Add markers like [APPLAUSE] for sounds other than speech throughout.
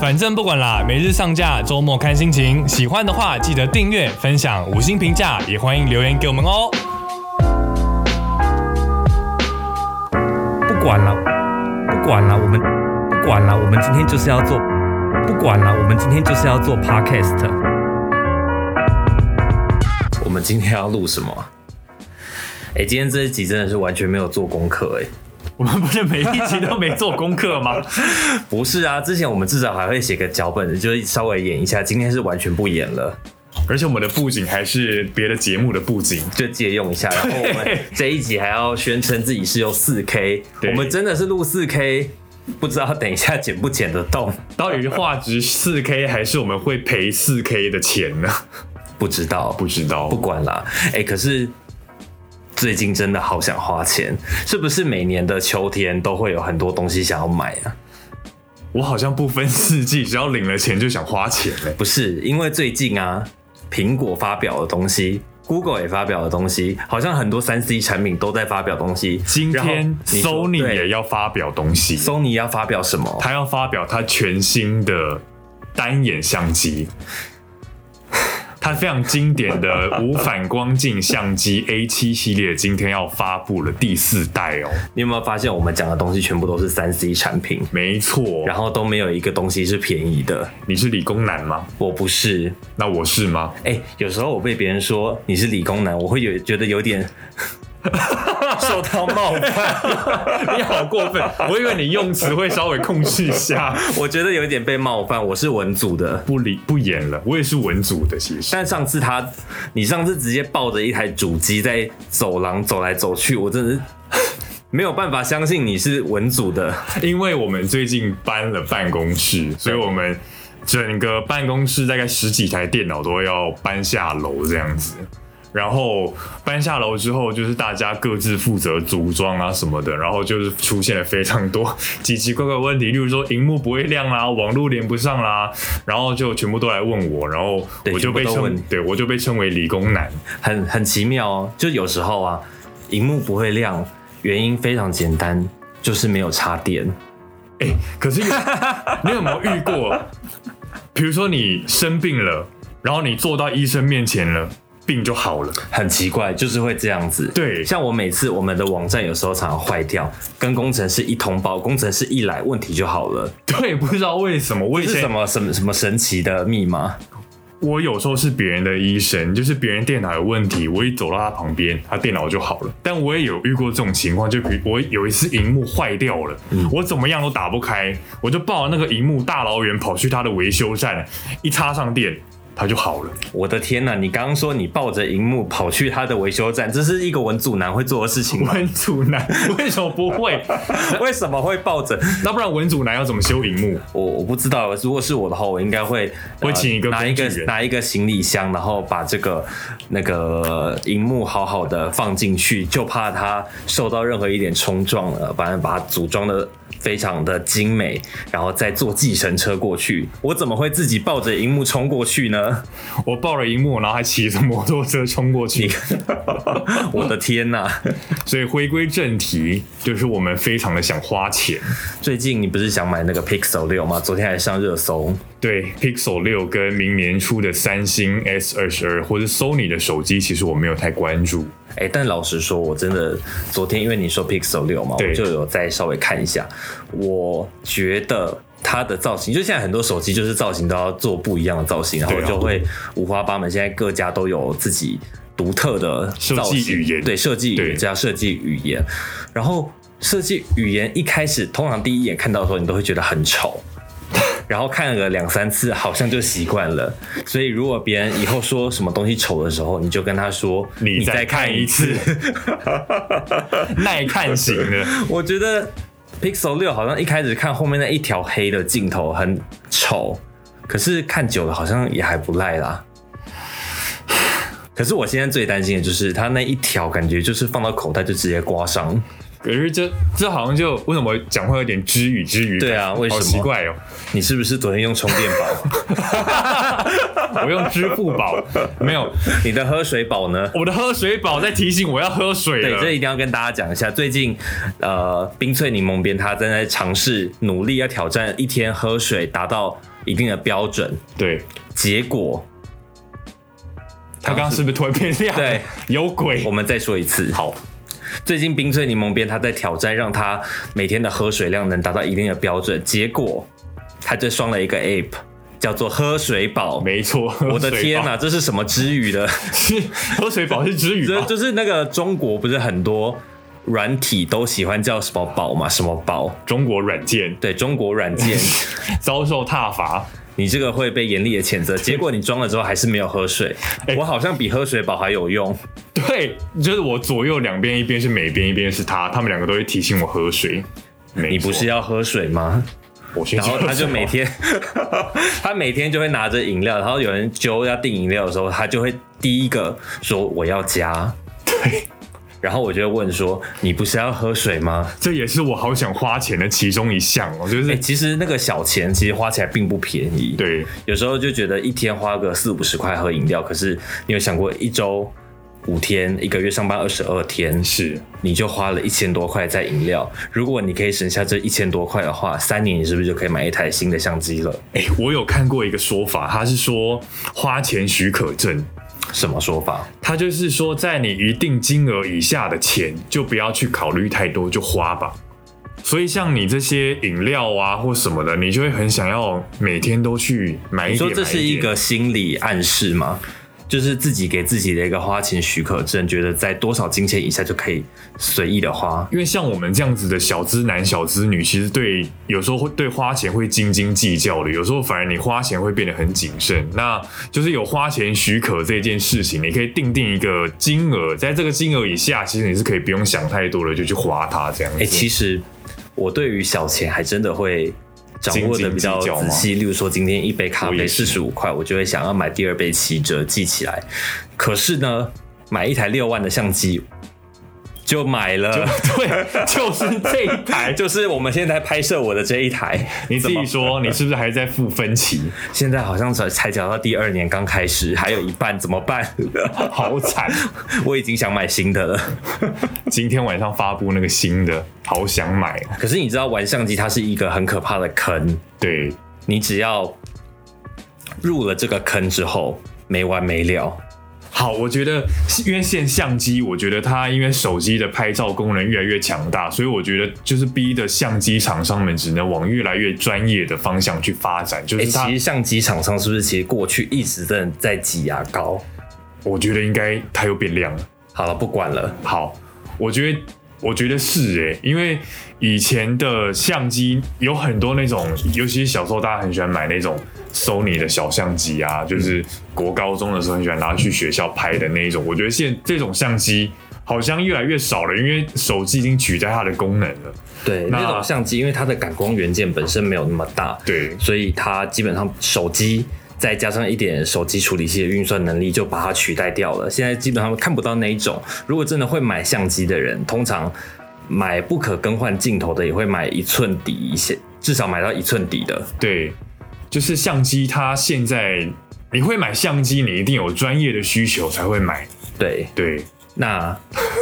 反正不管啦，每日上架，周末看心情。喜欢的话记得订阅、分享、五星评价，也欢迎留言给我们哦。不管了，不管了，我们不管了，我们今天就是要做，不管了，我们今天就是要做 podcast。我们今天要录什么啊？哎、今天这一集真的是完全没有做功课哎、我们不是每一集都没做功课吗？不是啊，之前我们至少还会写个脚本，就是稍微演一下。今天是完全不演了，而且我们的布景还是别的节目的布景，就借用一下。然后我们这一集还要宣称自己是用四 K， [LAUGHS] 对我们真的是录四 K，不知道等一下剪不剪得动，到底是画质四 K 还是我们会赔四 K 的钱呢？ [LAUGHS] 不知道，不知道不。管啦。哎、可是最近真的好想花钱，是不是每年的秋天都会有很多东西想要买啊？我好像不分四季，只要领了钱就想花钱嘞、不是，因为最近啊，苹果发表的东西，Google 也发表的东西，好像很多三 C 产品都在发表东西。今然后天你说 Sony 对也要发表东西， ，Sony 要发表什么？它要发表它全新的单眼相机， [LAUGHS] 它非常经典的无反光镜相机 A 7系列，今天要发布了第四代哦，你有没有发现我们讲的东西全部都是三 C 产品，没错。然后都没有一个东西是便宜的？你是理工男吗？我不是，那我是吗？哎、有时候我被别人说你是理工男，我会有觉得有点 [LAUGHS] 受到冒犯，你哎好过分！我以为你用词会稍微控制一下，我觉得有点被冒犯。我是文组的，不理不演了。我也是文组的，其实但上次他，你上次直接抱着一台主机在走廊走来走去，我真的是 [LAUGHS] 没有办法相信你是文组的。 [LAUGHS] 因为我们最近搬了办公室，所以我们整个办公室大概十几台电脑都要搬下楼这样子。然后搬下楼之后，就是大家各自负责组装啊什么的，然后就是出现了非常多奇奇怪怪的问题，例如说荧幕不会亮啦，网络连不上啦，然后就全部都来问我，然后对我就被全部都问称你对我就被称为理工男。很很奇妙哦。就有时候啊，荧幕不会亮，原因非常简单，就是没有插电。哎、可 [LAUGHS] 是有你有没有遇过？比如说你生病了，然后你坐到医生面前了，病就好了。很奇怪，就是会这样子。对像我每次我们的网站有时候常常坏掉，跟工程师一通报，工程师一来问题就好了。对，不知道为什么，我以这是前什么什么什么神奇的密码？我有时候是别人的医生，就是别人电脑有问题，我一走到他旁边，他电脑就好了。但我也有遇过这种情况，就比我有一次荧幕坏掉了，我怎么样都打不开，我就抱着那个荧幕大老远跑去他的维修站，一插上电，它就好了。我的天呐！你刚刚说你抱着荧幕跑去他的维修站，这是一个文组男会做的事情吗？ [LAUGHS] 文主男 [LAUGHS] 为什么不会？ [LAUGHS] 为什么会抱着？那不然文主男要怎么修荧幕？我我不知道。如果是我的话，我应该会呃会请一个拿一个工具人拿一个行李箱，然后把这个那个荧幕好好的放进去，就怕它受到任何一点冲撞了，反正把它组装的。非常的精美，然后再坐计程车过去。我怎么会自己抱着荧幕冲过去呢？ [LAUGHS] [LAUGHS] 我抱了荧幕，然后还骑着摩托车冲过去。我的天呐！所以回归正题，就是我们非常的想花钱。 [LAUGHS] 最近你不是想买那个 Pixel 六吗？昨天还上热搜。对 Pixel 六跟明年初的三星 S 二十二或者 Sony 的手机，其实我没有太关注。哎、但老实说，我真的昨天因为你说 Pixel 六嘛，对我就有再稍微看一下，我觉得。它的造型，就现在很多手机就是造型都要做不一样的造型，然后对啊就会五花八门。现在各家都有自己独特的设计造型语言对设计语对言加设计语言。然后设计语言一开始，通常第一眼看到的时候，你都会觉得很丑，然后看了两三次，好像就习惯了。所以如果别人以后说什么东西丑的时候，你就跟他说你再看一次，耐看型的， [LAUGHS] 我觉得 Pixel 六好像一开始看后面那一条黑的镜头很丑，可是看久了好像也还不赖啦。可是我现在最担心的就是它那一条，感觉就是放到口袋就直接刮伤。可是这这好像就为什么讲话有点知语知语？对啊为什么好奇怪哦。你是不是昨天用充电宝？我用支付宝没有，你的喝水宝呢？我的喝水宝在提醒我要喝水对，了。这一定要跟大家讲一下。最近，呃，冰萃柠檬边他正在尝试努力要挑战一天喝水达到一定的标准，对，结果他刚刚是不是突然变亮？对，有鬼我。们再说一次。好，最近冰萃柠檬边他在挑战，让他每天的喝水量能达到一定的标准，结果他就装了一个 app，叫做喝水宝。没错，我的天哪，哪，这是什么之语的？是 [LAUGHS] 喝水宝是之语 [LAUGHS] 这吗？就是那个中国不是很多软体都喜欢叫什么宝嘛，什么宝？中国软件对中国软件，遭受挞伐，你这个会被严厉的谴责。结果你装了之后还是没有喝水，哎我好像比喝水宝还有用。对，就是我左右两边，一边是美边，一边是他，他们两个都会提醒我喝水。你你不是要喝水吗？我先然后他喝水就每天， [LAUGHS] 他每天就会拿着饮料，然后有人揪要订饮料的时候，他就会第一个说我要加。对，然后我就会问说：“你不是要喝水吗这也是我好想花钱的其中一项哦，就？”是、哎、其实那个小钱其实花起来并不便宜。，对有时候就觉得一天花个四五十块喝饮料，可是你有想过一周五天，一个月上班二十二天，是。你就花了一千多块在饮料。如果你可以省下这一千多块的话，三年你是不是就可以买一台新的相机了？哎、我有看过一个说法，他是说花钱许可证，什么说法？他就是说在你一定金额以下的钱就不要去考虑太多，就花吧。所以像你这些饮料啊或什么的，你就会很想要每天都去买一你点。说这是买一点个心理暗示吗？就是自己给自己的一个花钱许可证，觉得在多少金钱以下就可以随意的花。因为像我们这样子的小资男、小资女，其实对有时候会对花钱会斤斤计较的，有时候反而你花钱会变得很谨慎。那就是有花钱许可这件事情，你可以定定一个金额，在这个金额以下，其实你是可以不用想太多了，就去花它这样子。哎、其实我对于小钱还真的会掌握的比较斤斤计较吗仔细。例如说，今天一杯咖我也啡四是十五块，我就会想要买第二杯七折记起来。可是呢，买一台六万的相机就买了，对，就是这一台。 [LAUGHS] 就是我们现在拍摄我的这一台。你自怎己么说，你是不是还在付分期？ [LAUGHS] 现在好像才才讲到第二年刚开始，还有一半，怎么办？好惨！ [LAUGHS] 我已经想买新的了。今天晚上发布那个新的，好想买哦。可是你知道，玩相机它是一个很可怕的坑，对，你只要入了这个坑之后，没完没了。好，我觉得因为现相机，我觉得它因为手机的拍照功能越来越强大，所以我觉得就是逼的相机厂商们只能往越来越专业的方向去发展。就哎、是它，其实相机厂商是不是其实过去一直在在挤牙膏？我觉得应该它又变亮了。好了，不管了，好，我觉得我觉得是诶、因为以前的相机有很多那种，尤其是小时候大家很喜欢买那种 Sony 的小相机啊，就是国高中的时候很喜欢拿去学校拍的那一种。我觉得现这种相机好像越来越少了，因为手机已经取代它的功能了。对那那种相机，因为它的感光元件本身没有那么大，对所以它基本上手机。再加上一点手机处理器的运算能力，就把它取代掉了。现在基本上看不到那一种。如果真的会买相机的人，通常买不可更换镜头的，也会买一寸底一些，至少买到一寸底的。对，就是相机，它现在你会买相机，你一定有专业的需求才会买。对，对，那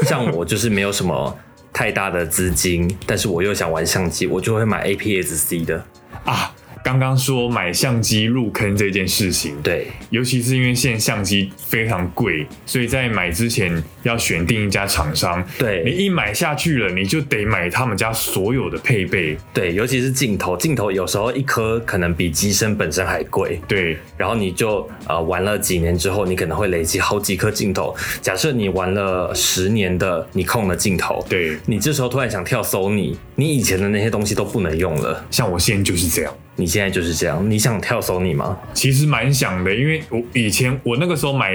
像我就是没有什么太大的资金，但是我又想玩相机，我就会买 APS-C 的。啊，刚刚说买相机入坑这件事情，，对，尤其是因为现在相机非常贵，所以在买之前要选定一家厂商。对你一买下去了，你就得买他们家所有的配备。对，尤其是镜头，镜头有时候一颗可能比机身本身还贵。对，然后你就呃玩了几年之后，你可能会累积好几颗镜头。假设你玩了十年的你控的镜头，对你这时候突然想跳 Sony，你以前的那些东西都不能用了。像我现在就是这样。你现在就是这样，你想跳 Sony 吗？其实蛮想的，因为我以前我那个时候买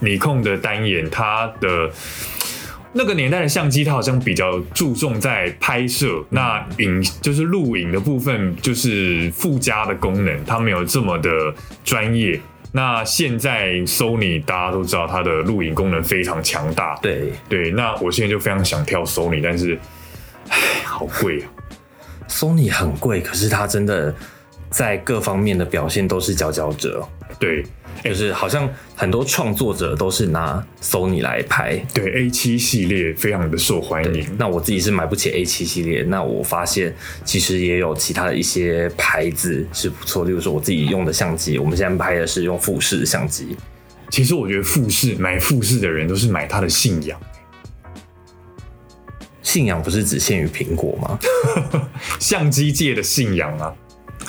尼控的单眼，它的那个年代的相机，它好像比较注重在拍摄，那影就是录影的部分就是附加的功能，它没有这么的专业。那现在 Sony 大家都知道它的录影功能非常强大，对，对。那我现在就非常想挑 Sony，但是唉，好贵啊！ Sony 很贵，可是它真的在各方面的表现都是佼佼者，对就是好像很多创作者都是拿 Sony 来拍。对 A 七系列非常的受欢对迎，那我自己是买不起 A 七系列，那我发现其实也有其他的一些牌子是不错，例如说我自己用的相机，我们现在拍的是用富士相机，其实我觉得富士买富士的人都是买他的信仰，信仰不是只限于苹果吗？相机界的信仰啊。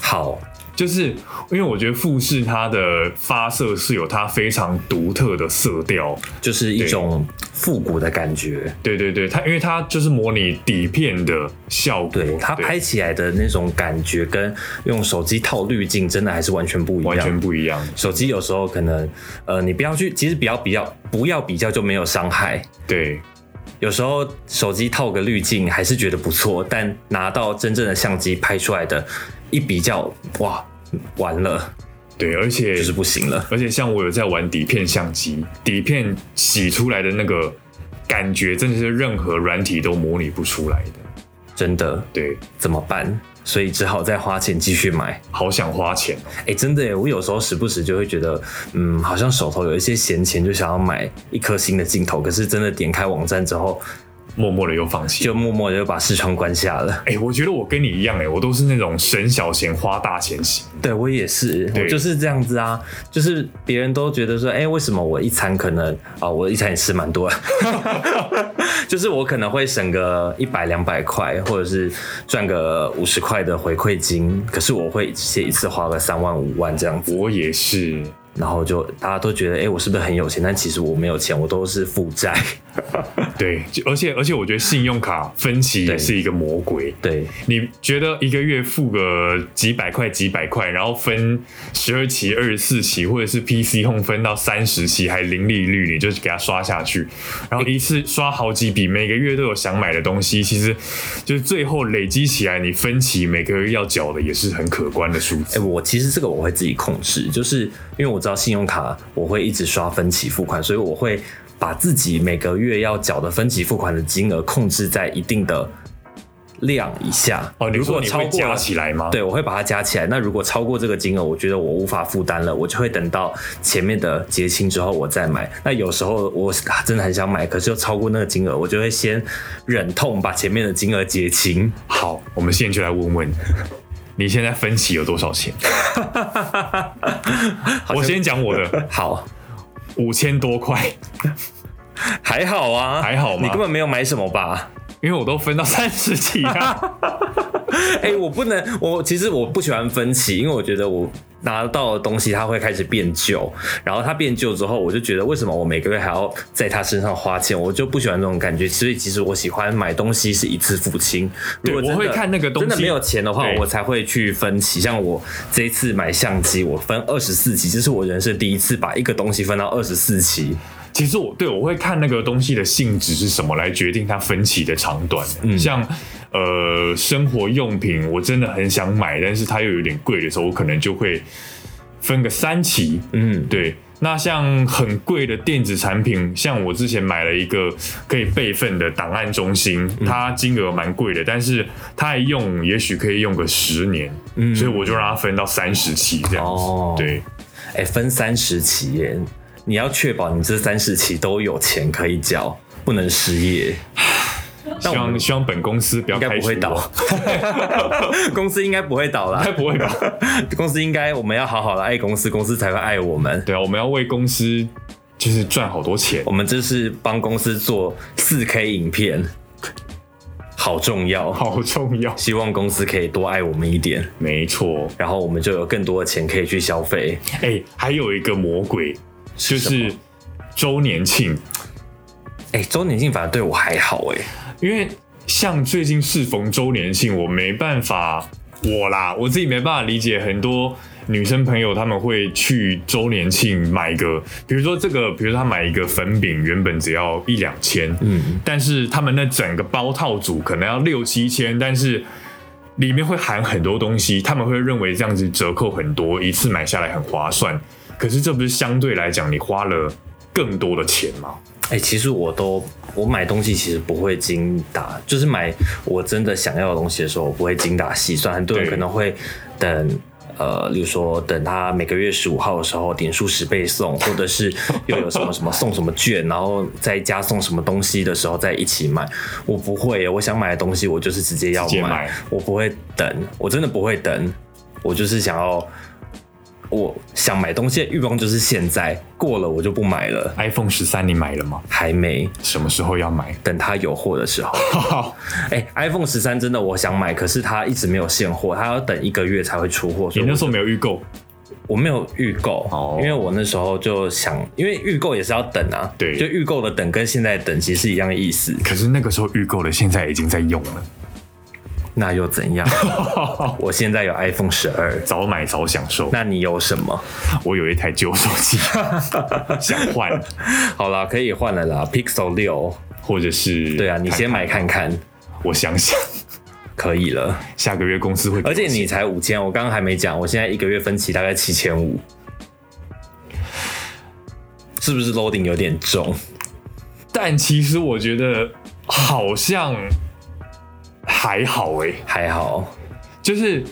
好，就是因为我觉得富士它的发色是有它非常独特的色调，就是一对种复古的感觉，对对对，它因为它就是模拟底片的效果，对它拍起来的那种感觉跟用手机套滤镜真的还是完全不一完全样。不一样。手机有时候可能，呃，你不要去，其实不要比较，不要比较就没有伤害。对，有时候手机套个滤镜还是觉得不错，但拿到真正的相机拍出来的，一比较，哇，完了，对，而且就是不行了。而且像我有在玩底片相机，底片洗出来的那个感觉，真的是任何软体都模拟不出来的。真的对，怎么办？所以只好再花钱继续买。好想花钱哦。哎、真的耶！我有时候时不时就会觉得，嗯，好像手头有一些闲钱，就想要买一颗新的镜头。可是真的点开网站之后，默默的又放弃。就默默的就把视窗关下了。哎、我觉得我跟你一样、哎，我都是那种省小钱花大钱型。对我也是，对我就是这样子啊，就是别人都觉得说，哎、为什么我一餐可能啊、我一餐也吃蛮多的， [LAUGHS] 就是我可能会省个一百两百块，或者是赚个五十块的回馈金，可是我会先一次花个三万五万这样子，我也是，然后就大家都觉得，哎、我是不是很有钱？但其实我没有钱，我都是负债。对，就而且而且我觉得信用卡分期也对是一个魔鬼。对，你觉得一个月付个几百块、几百块，然后分十二期、二十四期，或者是 PC Home 分到三十期，还零利率，你就给它刷下去，然后一次刷好几笔，每个月都有想买的东西，其实就是最后累积起来，你分期每个月要缴的也是很可观的数哎、字。我其实这个我会自己控制，就是因为我知道信用卡我会一直刷分期付款，所以我会把自己每个月要缴的分期付款的金额控制在一定的量以下。哦，你如说果你超会过加了起来吗？，对，我会把它加起来。那如果超过这个金额，我觉得我无法负担了，我就会等到前面的结清之后我再买。那有时候我啊真的很想买，可是又超过那个金额，我就会先忍痛把前面的金额结清。 [LAUGHS] 好，我们现在就来问问。你现在分期有多少钱？好我像先讲我的好，五千多块，还好啊，还好吗你根本没有买什么吧？因为我都分到三十啊期了。 [LAUGHS] 哎、我不能，我其实我不喜欢分期，因为我觉得我拿到的东西它会开始变旧，然后它变旧之后，我就觉得为什么我每个月还要在它身上花钱，我就不喜欢这种感觉。所以其实我喜欢买东西是一次付清。对如果真的我会看那个东西真的没有钱的话对，我才会去分期。像我这一次买相机，我分二十四期，这是我人生第一次把一个东西分到二十四期。其实我对我会看那个东西的性质是什么来决定它分期的长短。像呃生活用品，我真的很想买，但是它又有点贵的时候，我可能就会分个三期。嗯，对，那像很贵的电子产品，像我之前买了一个可以备份的档案中心，嗯它金额蛮贵的，但是它一用也许可以用个十年，嗯所以我就让它分到三十期这样子。哦对，哎、分三十期耶，你要确保你这三十期都有钱可以缴，不能失业。希望希望本公司不要应该开不会除我，倒， [LAUGHS] 公司应该不会倒应啦该。 [LAUGHS] 不 [LAUGHS] 会吧？公司应该我们要好好的爱公司，公司才会爱我们。对啊，我们要为公司就是赚好多钱我，们这是帮公司做四 K 影片， [LAUGHS] 好重要。好重要。希望公司可以多爱我们一点，没错，然后我们就有更多的钱可以去消费。哎、还有一个魔鬼就是什么是周年庆，哎，周年庆反而对我还好哎、因为像最近适逢周年庆，我没办法，我啦，我自己没办法理解很多。女生朋友她们会去周年庆买个，比如说这个，比如说她买一个粉饼，原本只要一两千，嗯，但是他们那整个包套组可能要六七千，但是里面会含很多东西，他们会认为这样子折扣很多，一次买下来很划算。可是这不是相对来讲你花了更多的钱吗？哎、其实我都我买东西其实不会精打，就是买我真的想要的东西的时候，我不会精打细算。很多人对可能会等。呃，例如说等他每个月十五号的时候点数十倍送，或者是又有什么什么送什么券，然后再加送什么东西的时候再一起买。我不会耶，我想买的东西我就是直接要直接买买我不会等，我真的不会等，我就是想要。我想买东西的欲望就是现在，过了我就不买了。 iPhone 十三你买了吗？还没什么时候要买？等它有货的 [LAUGHS] 时候，哎、i p h o n e 十三真的我想买，可是它一直没有现货，它要等一个月才会出货。所你以那我时候没有预购，我没有预购，哦因为我那时候就想，因为预购也是要等啊，对就预购的等跟现在的等其实是一样的意 [LAUGHS] 思，可是那个时候预购的，现在已经在用了。那又怎 [LAUGHS] 样？我现在有 iPhone 十二，早买早享受。那你有什么？我有一台旧手 [LAUGHS] 机，想换，好啦，可以换了啦，Pixel 六，或者是对啊，你先买看看看，看。我想想，可以了。下个月公司会给我而且钱，你才五千，我刚刚还没讲，我现在一个月分期大概七千五，是不是 loading 有点重？但其实我觉得好像还好诶、还好，就是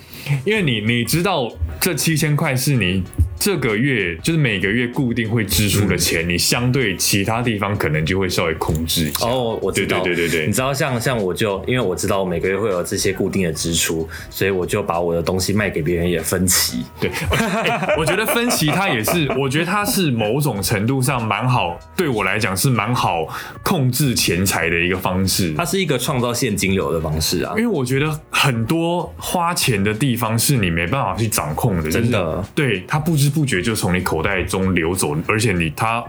因为你你知道这七千块是你这个月就是每个月固定会支出的钱，你相对其他地方可能就会稍微控制一下。哦，我知道，对对对对对你知道像像我就因为我知道我每个月会有这些固定的支出，所以我就把我的东西卖给别人也分期。 [LAUGHS] 对，哎我觉得分歧它也是，我觉得它是某种程度上蛮好，对我来讲是蛮好控制钱财的一个方式。它是一个创造现金流的方式啊因。为我觉得很多花钱的地方是你没办法去掌控的，就是真的对它不知不觉就从你口袋中流走，而且你它，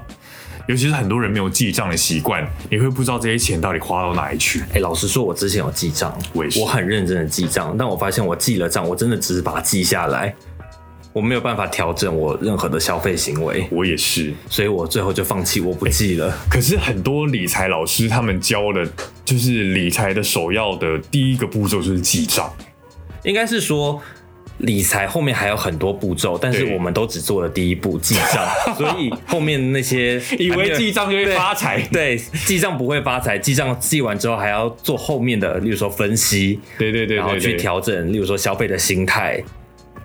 尤其是很多人没有记账的习惯，你会不知道这些钱到底花到哪里去。哎、老实说，我之前有记账，我也是我很认真的记账，但我发现我记了账，我真的只是把它记下来，我没有办法调整我任何的消费行为。我也是，所以我最后就放弃，我不记了。可是很多理财老师他们教的，就是理财的首要的第一个步骤就是记账。应该是说理财后面还有很多步骤，但是对我们都只做了第一步记 [LAUGHS] 账，所以后面那些以为记账就会对发财对，记账不会发财，记账记完之后还要做后面的，例如说分析，对对对然后去。调整，例如说消费的心态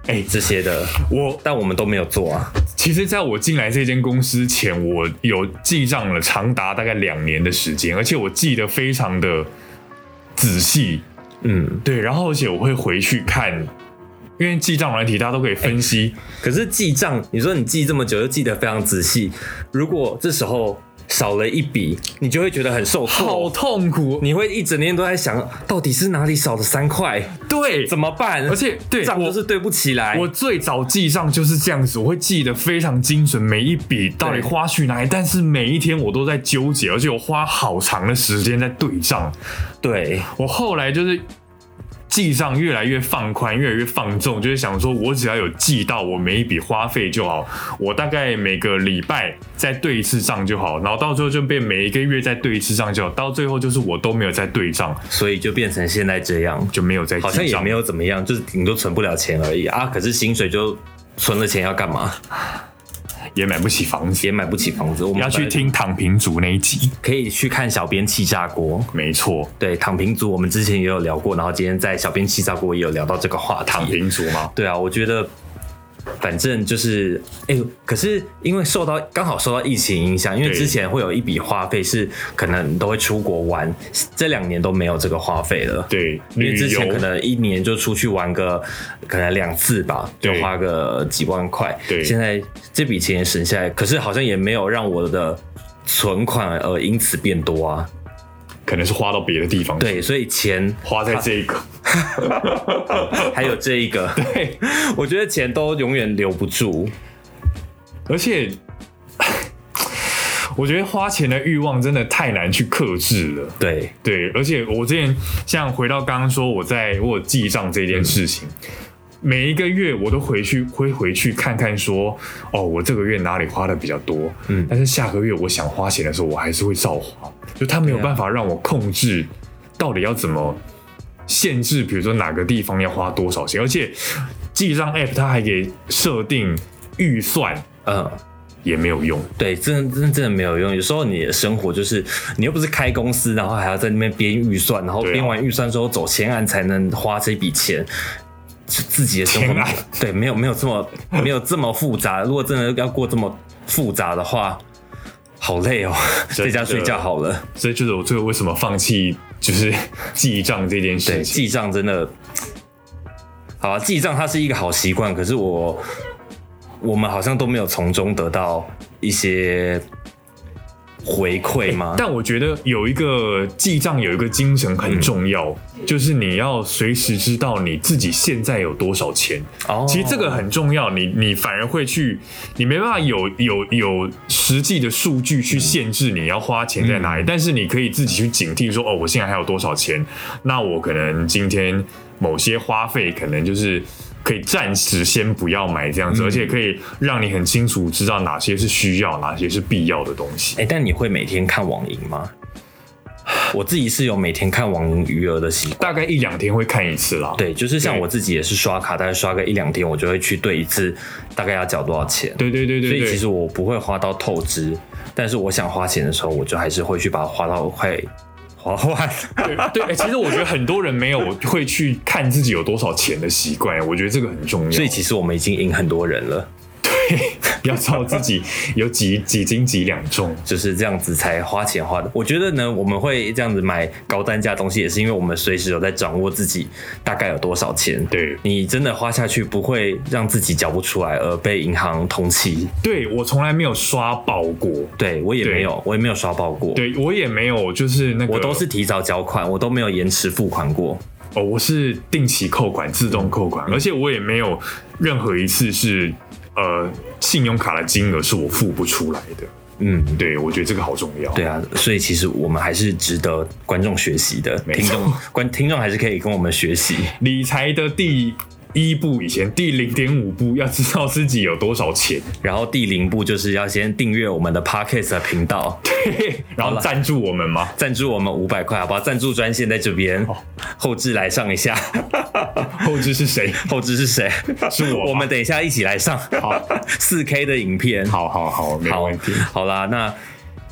哎、这些的，我但我们都没有做啊。其实在我进来这间公司前，我有记账了长达大概两年的时间，而且我记得非常的仔细。嗯，对，然后而且我会回去看，因为记账软体大家都可以分析。可是记账，你说你记这么久，又记得非常仔细，如果这时候少了一笔，你就会觉得很受挫， [LAUGHS] 好痛苦，你会一整天都在想，到底是哪里少了三块，对，怎么办？而且对账我就是对不起来。我最早记账就是这样子，我会记得非常精准，每一笔到底花去哪里，但是每一天我都在纠结，而且我花好长的时间在对账。对，我后来就是记账越来越放宽，越来越放纵，就是想说我只要有记到我每一笔花费就好，我大概每个礼拜再对一次账就好，然后到最后就变每一个月再对一次账就好，到最后就是我都没有再对账，所以就变成现在这样，就没有再记账，好像也没有怎么样，就是顶多存不了钱而已啊。可是薪水就存了钱要干嘛？也买不起房子也。买不起房子。我们要去本来听躺平族那一集，可以去看小编气炸锅。没错，对，躺平族我们之前也有聊过，然后今天在小编气炸锅也有聊到这个话题。躺平族吗？对啊，我觉得反正就是，哎、可是因为受到刚好受到疫情影响，因为对之前会有一笔花费是可能你都会出国玩，这两年都没有这个花费了。对，因为旅之前游可能一年就出去玩个可能两次吧，就对花个几万块。对现在这笔钱省下来，可是好像也没有让我的存款呃因此变多啊。可能是花到别的地方，，对，所以钱花在这个，还有这一个， [LAUGHS] 对， [LAUGHS] 我觉得钱都永远留不住。而且 [COUGHS] 我觉得花钱的欲望真的太难去克制了。对，对，而且我之前像回到刚刚说我在我有记账这件事情，每一个月我都回去会回去看看说，哦，我这个月哪里花的比较多，嗯但是下个月我想花钱的时候，我还是会照花，就他没有对啊办法让我控制到底要怎么限制，比如说哪个地方要花多少钱，而且记账 app 它还给设定预算，嗯。也没有用。对，真的真的真的没有用。有时候你的生活就是，你又不是开公司，然后还要在那边编预算，然后对啊编完预算之后走前案才能花这笔钱，自自己的生活天啊，对，没有没有这么没有这么复杂。如果真的要过这么复杂的话，好累哦，真在家的睡觉好了。所以就是我最后为什么放弃就是记账这件对，事情。记账真的，好啊，记账它是一个好习惯，可是我我们好像都没有从中得到一些回馈吗？但我觉得有一个记账有一个精神很重要，嗯就是你要随时知道你自己现在有多少钱。哦其实这个很重要，你你反而会去，你没办法有有有实际的数据去限制你要花钱在嗯哪里，但是你可以自己去警惕说，哦，我现在还有多少钱？那我可能今天某些花费可能就是。可以暂时先不要买这样嗯子，而且可以让你很清楚知道哪些是需要，哪些是必要的东西。哎、但你会每天看网银吗？我自己是有每天看网银余额的习惯。大概一两天会看一次啦。对，就是像对我自己也是刷卡，大概刷个一两天，我就会去对一次，大概要缴多少钱。对对对对所对，以其实我不会花到透支，但是我想花钱的时候，我就还是会去把它花到快花完。 [LAUGHS] 对对、欸其实我觉得很多人没有会去看自己有多少钱的习惯，我觉得这个很重要。 [LAUGHS] 所以其实我们已经赢很多人了， [LAUGHS] 要知道自己有几几斤几两重。就是这样子才花钱花的。我觉得呢，我们会这样子买高单价的东西，也是因为我们随时有在掌握自己大概有多少钱。对，你真的花下去，不会让自己缴不出来而被银行通缉。对我从来没有刷爆过，对我也对没有，我也没有刷爆过。对我也没有，就是那个我都是提早缴款，我都没有延迟付款过。哦，我是定期扣款，自动扣款，嗯而且我也没有任何一次是呃信用卡的金额是我付不出来的。嗯，对，我觉得这个好重要。对啊，所以其实我们还是值得观众学习的，没错听众观听众还是可以跟我们学习。理财的第一步，以前第零点五步，要知道自己有多 [LAUGHS] 少钱，然后第零步就是要先订阅我们的 Podcast 的频道，然后赞助我们吗？赞助我们五百块，好不好？赞助专线在这边，后置来上一下，后置是 [LAUGHS] 谁？后置是谁？ [LAUGHS] 是我吧我们等一下一起来上好 [LAUGHS] 四 K 的影片。好好好，没好问题。，好啦，那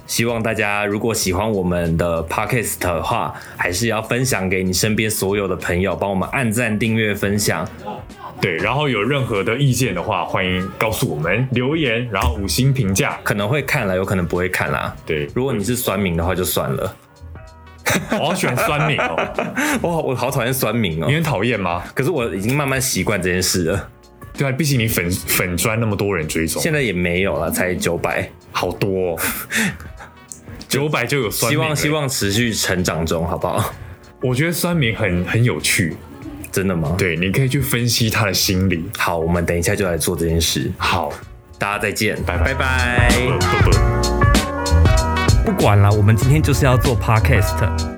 希望大家如果喜欢我们的 podcast 的话，还是要分享给你身边所有的朋友，帮我们按赞、订阅、分享。对，然后有任何的意见的话，欢迎告诉我们留言，然后五星评价。可能会看啦，有可能不会看啦。对，如果你是酸民的话，就算了。我好喜欢酸民哦，哇，我好讨厌酸民哦你。很讨厌吗？可是我已经慢慢习惯这件事了，对啊，毕竟你粉粉砖那么多人追踪，现在也没有了，才九百。好多、哦，九百就有酸希民了。望希望持续成长中，好不好？我觉得酸民很很有趣，真的吗？，对，你可以去分析他的心理。好，我们等一下就来做这件事。好，大家再见，拜拜拜拜不不不。嗯不管了，我们今天就是要做 podcast。